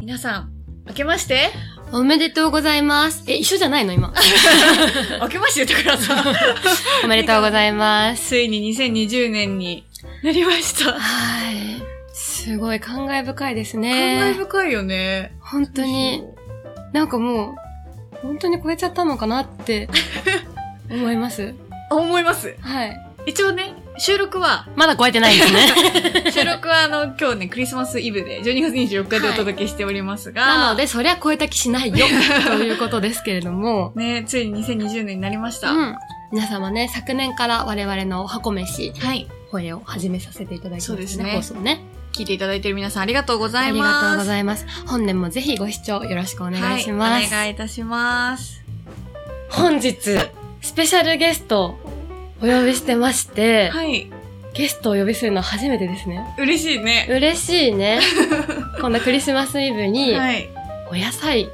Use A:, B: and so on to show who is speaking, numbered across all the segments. A: 皆さん、明けまして
B: おめでとうございます。え、一緒じゃないの 今。
A: 明けまして言ったからさ。
B: おめでとうございま す。
A: ついに2020年になりました。
B: はい。すごい感慨深いです
A: 感慨
B: ね。
A: 深いよね。
B: 本当に、なんかもう、本当に超えちゃったのかな って、思います。
A: あ。思います。
B: はい。
A: 一応ね、収録は、
B: まだ超えてないです ね。
A: 収録はあの、今日ね、クリスマスイブで、12月24日でお届けしておりますが、
B: なので、そりゃ超えた気しない よ。ということですけれども。
A: ね、ついに2020年になりました。
B: うん。皆様ね、昨年から我々のお箱飯、
A: はい。
B: ホエを始めさせていただきました
A: そう
B: ね。
A: ですね
B: 放送ね。
A: 聞いていただいている皆さんありがとうござ
B: あ
A: い
B: り
A: ます。
B: がとうございます。本年もぜひご視聴よろしくお願いします。
A: はい、お願いいたします。
B: 本日、スペシャルゲストをお呼びしてまして、
A: はい。
B: ゲストをお呼びするのは初めてですね。
A: 嬉しいね。
B: 嬉し いね。こんなクリスマスイブに、
A: はい。
B: お野菜、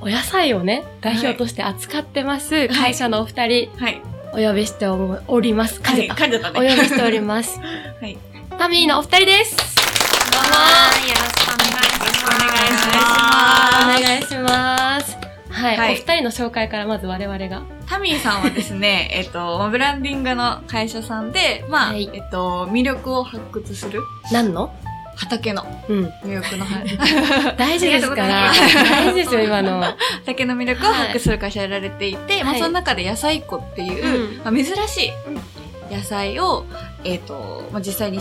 B: お野菜をね、代表として扱ってます会社のお二人、
A: はい。
B: お呼びしております。
A: は
B: か
A: い。
B: じ
A: 噛んじゃった
B: お呼
A: ね。
B: びしております。
A: はい。
B: タミーのお二人です。
A: どうもーよろしくお願いします。お願いします。
B: お願いします。はい、
A: はい
B: お二人の紹介からまず我々が。
A: タミーさんはですね、えっと、ブランディングの会社さんで、まあ、
B: はい
A: えっと、魅力を発掘する
B: 何の
A: 畑の
B: うん。
A: 魅力の、
B: 大事ですから。
A: ありがとうございます
B: 大事ですよ、今の。
A: 畑の魅力を発掘する会社をやられていて、まあ、
B: はい
A: その中で野菜庫っていう、
B: うん
A: まあ、珍しい野菜を、えっと、まあ、実際に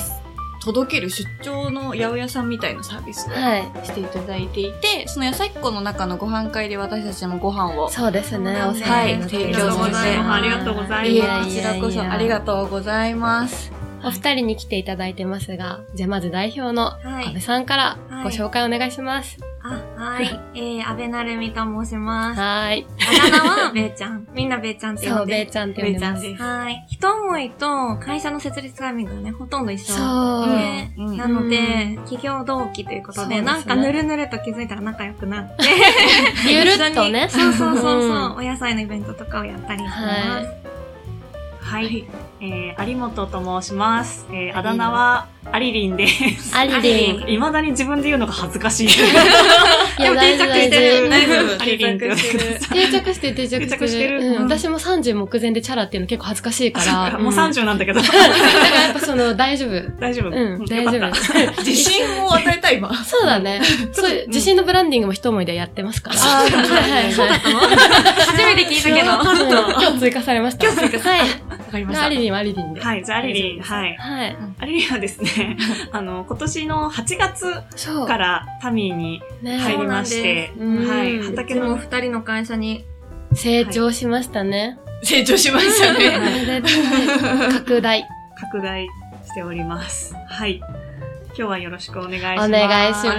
A: 届ける出張の八百屋さんみたいなサービスを
B: はい。
A: していただいていて、その野菜庫の中のご飯会で私たちもご飯を
B: そうですね。
A: はい
B: お世話になって
A: 提供してもらって
C: ありがとうございます
A: いえ、こちらこそありが
B: と
A: とうございます。
B: う。お二人に来ていただいてますが、じゃあまず代表の
C: は
B: 安
C: い
B: 部。さんから
C: はい
B: ご紹介お願いします。
C: あ、はい。えー、安倍なるみと申します。
B: はーい。
C: あだ名は、べーちゃん。みんなべーちゃんって
B: そ
C: 呼
B: う、
C: ん
B: べー
C: で。
B: ちゃんって呼んでます。
A: べーちゃん
C: はい。一思いと、会社の設立タイミングがね、ほとんど一緒。
B: そう。
C: ね
A: うん
C: なので、
B: う
C: 企業同期ということ
B: そう
C: で、
B: ですね
C: なんかぬるぬると気づいたら仲良くなって。
B: ゆるっとね
C: 一緒にそうそうそうそう
B: うん。
C: お野菜のイベントとかをやったりして
B: は
C: ま
B: い
C: す。
A: は。
D: はいい、えー、有本と申します。えー、あだ名はアリリンです。
B: ありでん。
D: いまだに自分で言うのが恥ずか しい。
B: いや、大事大事。
A: 大丈夫。
D: アリリンって呼んでください
B: 定着してる定着してる。
D: 定着してる
B: うん、私も30目前でチャラっていうの結構恥ずかしいか
D: あ
B: ら。
D: もう
B: うん
D: 30なんだ けど。
B: だからやっぱその、大丈夫。
D: 大丈夫。
B: うん、大丈
D: よかっ
B: 夫。
A: 自信を与えたい、今。
B: そうだね。そういう、自信のブランディングも一思いでやってますから。
A: あー
B: はいはいはい。そうだったの
C: 初めて聞いたけど。
B: 今日追加されました。今日追加され
A: わかり
B: はい。アリリンはアリリンで。
D: た。はい、じゃあアリリン。はい。
B: はい。
D: アリリンはですね、あの、今年の8月
B: そう。
D: からタミーに
B: ね
D: 入りまして、
B: うん
D: はい、
B: うん
C: う
D: 畑
C: ちも
D: の、
C: 二人の会社に。
B: 成長しましたね。
A: 成長しました
B: お
A: ね。
B: めでとう拡大。
D: 拡大しております。はい。今日はよろしくお願いし
B: お
D: ます。
B: 願いします。
A: お願いし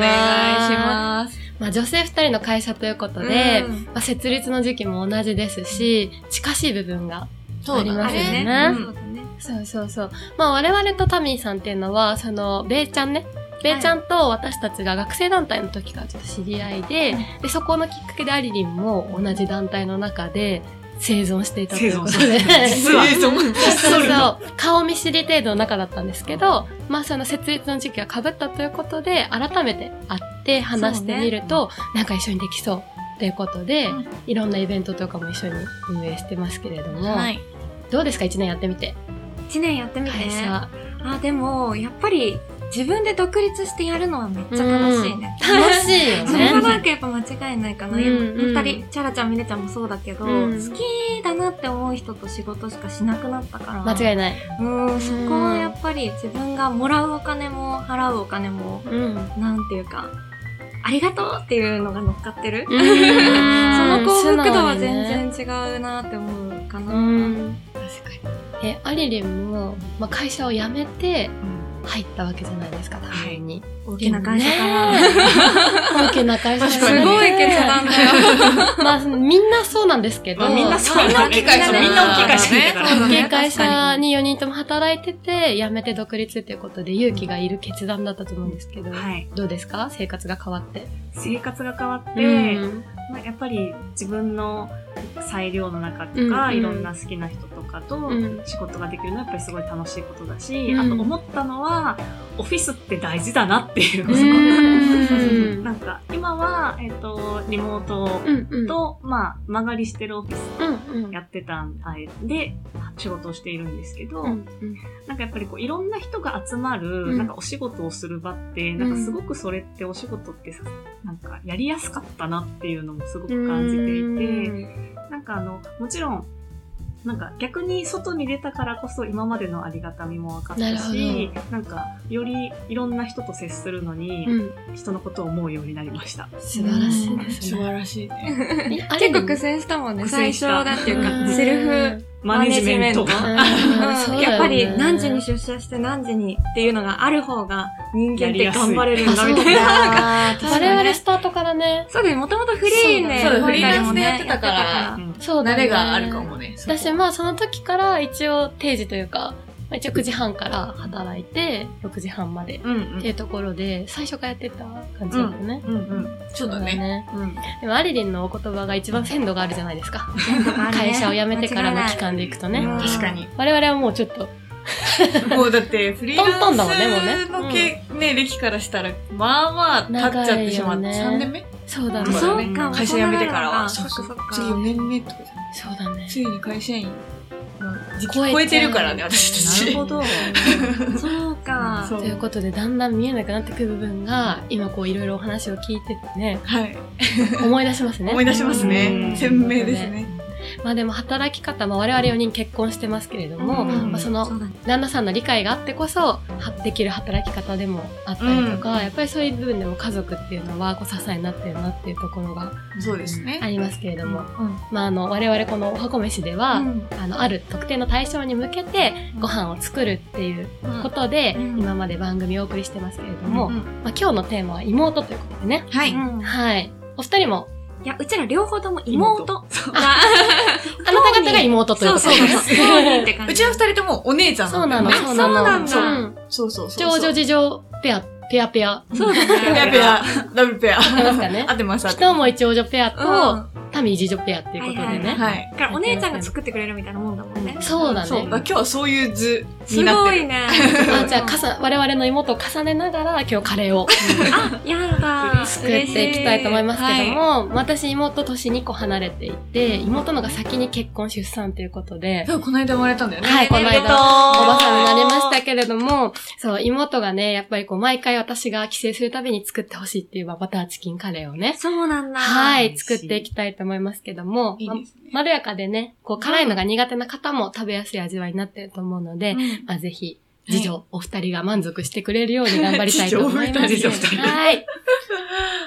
A: ます。
B: まあ女性二人の会社ということで、
C: うん
B: まあ、設立の時期も同じですし、近しい部分が。
A: そうだ
B: ありますよね
A: あれ
C: そう
A: ね
C: だね。
B: そうそうそう。まあ我々とタミーさんっていうのは、その、ベイちゃんね。ベイちゃんと私たちが学生団体の時からちょっと知り合いで、で、そこのきっかけでアリリンも同じ団体の中で生存していたということで。
D: 実は、
B: そうそうそう。顔見知り程度の中だったんですけど、まあその設立の時期が被ったということで、改めて会って話してみると、なんか一緒にできそうということで、
A: うん
B: いろんなイベントとかも一緒に運営してますけれども、
A: はい。
B: どうですか一年やってみて。
C: 一年やってみて。
B: 会社。
C: あ、でも、やっぱり、自分で独立してやるのはめっちゃ楽しいね。
B: うん楽しいよ
C: それが
B: ね。
C: なんかやっぱ間違いないかな。
B: うん
C: 今
B: うん
C: 二人、チャラちゃん、ミネちゃんもそうだけど、
B: うん
C: 好きだなって思う人と仕事しかしなくなったから。
B: 間違いない。
C: うん、そこはやっぱり自分がもらうお金も払うお金も、
B: うん。
C: なんていうか、ありがとうっていうのが乗っかってる。
B: う
C: その
B: ん
C: 幸福度は
B: 素直にね
C: 全然違うなって思うかな。
B: うん。
A: 確かに。
B: え、アリリンも、まあ、会社を辞めて
D: ん
B: 入ったわけじゃないですか、多分に。
C: 大きな会社から。
B: ねえ大きな会社
A: 確
C: す
A: かに
C: ごい決断だよ。
B: まあ、みんなそうなんですけど、
D: まあみんなそうだね。
A: みんな大きい会社
D: みんな大きい会社だから。
A: そうだ
B: 大
A: ね
B: きい会社に4人とも働いてて、辞めて独立っていうことで勇気がいる決断だったと思うんですけど、
D: はい。
B: どうですか生活が変わって。
D: 生活が変わって、
B: うん
D: まあ、やっぱり自分の裁量の中と
B: うん
D: か、
B: うん
D: いろんな好きな人とかと
B: うん
D: 仕事ができるのはやっぱりすごい楽しいことだし、
B: うん
D: あと思ったのは、オフィスって大事だなっていうこ
B: う
D: と。
B: ん
D: なんか、今は、えっ、と、リモート
B: うんうん
D: と、まあ、曲がりしてるオフィス
B: うんうん
D: やってたんあで、仕事をしているんですけど、
B: うん
D: なんかやっぱりこういろんな人が集まる、
B: うん
D: なんかお仕事をする場って、なんかすごくそれってお仕事ってさ、なんかやりやすかったなっていうのもすご
B: うん
D: く感じていて、
B: て
D: なんかあの、もちろん、なんか逆に外に出たからこそ今までのありがたみも分かったし、ななんかよりいろんな人と接するのに、人のことを思うようになりました。
B: 素晴らしいで
A: 素
B: すね。
A: 晴らしいね。
C: 結構苦
B: 癖
C: 戦したもんね、
D: 苦
C: 最
D: 戦
C: 初
D: した
C: だっていうか、セルフ。
D: マネジメント
C: マ
D: が。
C: うん、やっぱり何時に出社して何時にっていうのがある方が人間って頑張れるんだみたいな。
B: な。
C: そうだね
B: 我々スタートからね。
C: そうだよ、もともとフリーね、
A: そうだ
C: 今回もね
A: フリーランスでやってたから
C: やって
D: うん
B: そうだ
A: 慣
B: ね
A: れがあるかもね。そこ
B: 私、まあその時から一応定時というか、まあ一応9時半から働いて、6時半までっ
D: うんうん
B: ていうところで、最初からやってた感じだったね。
D: うんうん
A: そうだね。
B: ね。
D: うん
B: でも、アリリンのお言葉が一番鮮度があるじゃないですか。
C: から
B: 会社を辞めてからの期。
C: 間違いない
B: 間でいくとね。
C: うん
A: 確かに。
B: 我々はもうちょっと、
A: もうだって、フリーランス
B: トントンだもんねもうね
A: のけ、ね、歴からしたら、まあまあ、経っちゃってしまって、
B: 長いよ
A: 3
B: ね
A: 年目
B: そうだ
C: あ
B: ね。
A: そ
C: そうう
A: だね
C: か、
A: 会社辞めてからは。
C: そっかそっか。
A: 次4年目とかじゃん
B: そうだね。
A: ついに会社員の時期
B: 超えちゃう
A: 超えてるからね、私たち。
C: なるほ ど。そうか。
A: そう
B: ということで、だんだん見えなくなってくる部分が、今こういろいろお話を聞いてて ね、
A: はい。
B: 思い出しますね。
A: 思い出します
D: う
A: ね。
D: ん
A: 鮮明ですね。
B: まあでも働き方、まあ我々4人結婚してますけれども、
D: うん
B: まあ、その
C: そうだね
B: 旦那さんの理解があってこそはできる働き方でもあったりとか、やっぱりそういう部分でも家族っていうのはこう支えになってるなっていうところが
A: そうですね
B: あ。りますけれども、
C: うん
B: まああの我々このおはこ飯では、
C: うん
B: あのある特定の対象に向けてご飯を作るっていうことで、
C: うん
B: 今まで番組をお送りしてますけれども、
A: うんうん
B: まあ、今日のテーマは妹ということでね、
A: は
C: う
A: い。
C: ん
B: はいお二人も
C: いや、うちら両方とも妹。そう
B: あなた方が妹という
C: そ
B: こ
C: う
B: と
C: そう。
B: で
C: そうって感
A: う
C: じ。
A: ちは二人ともお姉ちゃん
B: そう
A: だよ
B: なの
A: ね
B: そうなの
C: そうなんだ
B: うん
A: そうそうそう
B: 上
A: そう。
B: 女事情ペアペアペア
C: そうだ
A: ペア
C: ね。
A: ペア、ダブルペア。
B: ありますかね
A: 合ってます、合って
B: 人も一応女ペア
C: う
B: と、
C: ん
B: タミー一女ペアっていうことでね。
A: ま
C: はいは
A: す。はい。
C: だからお姉ちゃんが作ってくれるみたいなもんだもんね。
B: そうだ
A: そう。だから今
B: ね。
A: 日はそういう図
C: す
A: になっ
C: ご
A: て
C: い
A: る。
C: ね。
B: あじゃあかさ、我々の妹を重ねながら、今日カレーを
C: あ、やだ。
B: 作っていきたいと思いますけど
C: は
B: も、私妹年2個離れていて、妹のが先に結婚出産ということで、
A: そうこの間生まれたんだよね。
B: はい、この
C: おめでとう
B: 間、おばさんになりましたけれども、そう、妹がね、やっぱりこう、毎回私が帰省するたびに作ってほしいっていうバターチキンカレーを
C: い
B: ね、
C: そうなんだ。
B: は
D: 美
B: い、
D: 味しい
B: 作っていきたいと思いますけども、
A: いいですね。
B: まろやかでね、こう辛いのが苦手な方も食べやすい味わいになってると思うので、
C: うん
B: まあぜひ、次女、お二人が満足してくれるように頑張りたいと思います。
A: 次女二人次女二人
B: はい。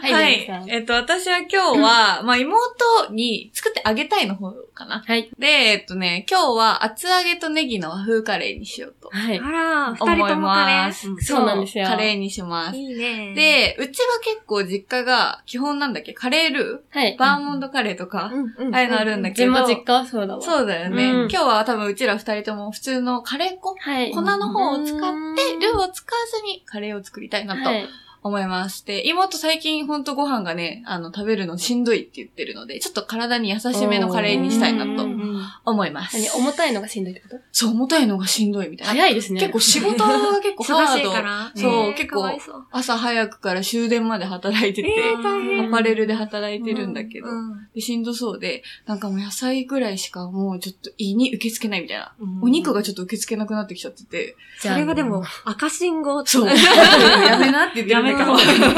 B: はい、
A: は
B: 皆
A: い
B: さん。
A: えっと、私は今日は、まあ、妹に作ってあげたいの方かな。
B: はい。
A: で、えっとね、今日は厚揚げとネギの和風カレーにしようと
B: はい。
C: あら、二人
A: 思い
C: ともカレ
A: ま
C: ー。
A: す。
B: そうなんですよ
A: カレーにします。
C: いいね。、
A: で、うちは結構実家が基本なんだっけ、カレール
B: はい
A: ー。バーモンドカレーとか、
C: うんうん
A: ああいうのあるんだけ
B: 自
A: ど。
B: 分も実家はそうだわ。う。
A: そうだよね。
B: うん
A: 今日は多分うちら二人とも普通のカレー粉
B: はい。
A: 粉の方を使って、ルーを使わずにカレーを作りたいなと
B: はい。
A: 思います。で、妹最近ほんとご飯がね、あの、食べるのしんどいって言ってるので、ちょっと体に優しめのカレーにしたいな
C: う
A: と
C: んうん
A: 思います。
B: 何重たいのがしんどいってこと
A: そう、重たいのがしんどいみたいな。
B: 早いですね。
A: 結構仕事が結構ハ
C: 忙
A: ー
C: しいか
A: ド。
C: ら。
A: そう
C: えー
A: 結構
C: かわいそう
A: 朝早くから終電まで働いてて、
C: えー大変
A: アパレルで働いてるんだけど、
C: うん
A: でしんどそうで、なんかもう野菜ぐらいしかもうちょっと胃に受け付けないみたいな。お肉
D: が、
A: がちょっと受け付けなくなってきちゃってて、
B: じ
C: そ
B: ゃあ
C: れがでも、赤信号
A: そう。
C: うん
A: やめなって言って
D: や
A: る
D: め
A: ん
D: た
A: だ
D: 方がいい。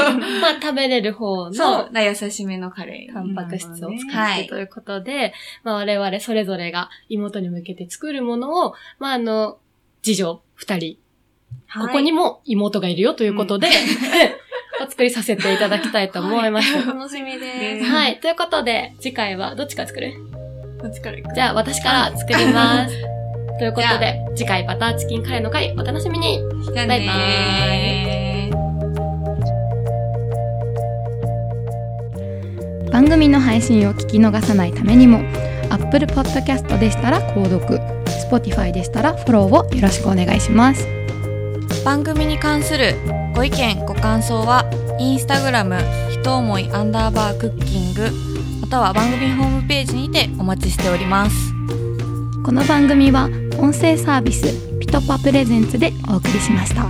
B: まあ食べれる方の、
A: けど。 そう。な優しめのカレー
B: タ
A: に。
B: ンパク質を使って、
A: はい
B: ということで、まあ我々それぞれが妹に向けて作るものを、まああの、次女二人、ここにも妹がいるよということで、 お作りさせていただきたいと思います。
C: は
B: はい
C: 楽しみで
B: い、
C: す。
B: ということで、次回はどっちから作る
A: こっちから行く
B: じゃあ私から作ります。ということで、次回バターチキンカレーの回、お楽しみに
A: じゃあ
B: バイバ
A: ねー。
E: 番組の配信を聞き逃さないためにも Apple Podcast でしたら購読 Spotify でしたらフォローをよろしくお願いします
F: 番組に関するご意見ご感想はインスタグラムひと思いアンダーバークッキングまたは番組ホームページにてお待ちしております
E: この番組は音声サービスピトパプレゼンツでお送りしました。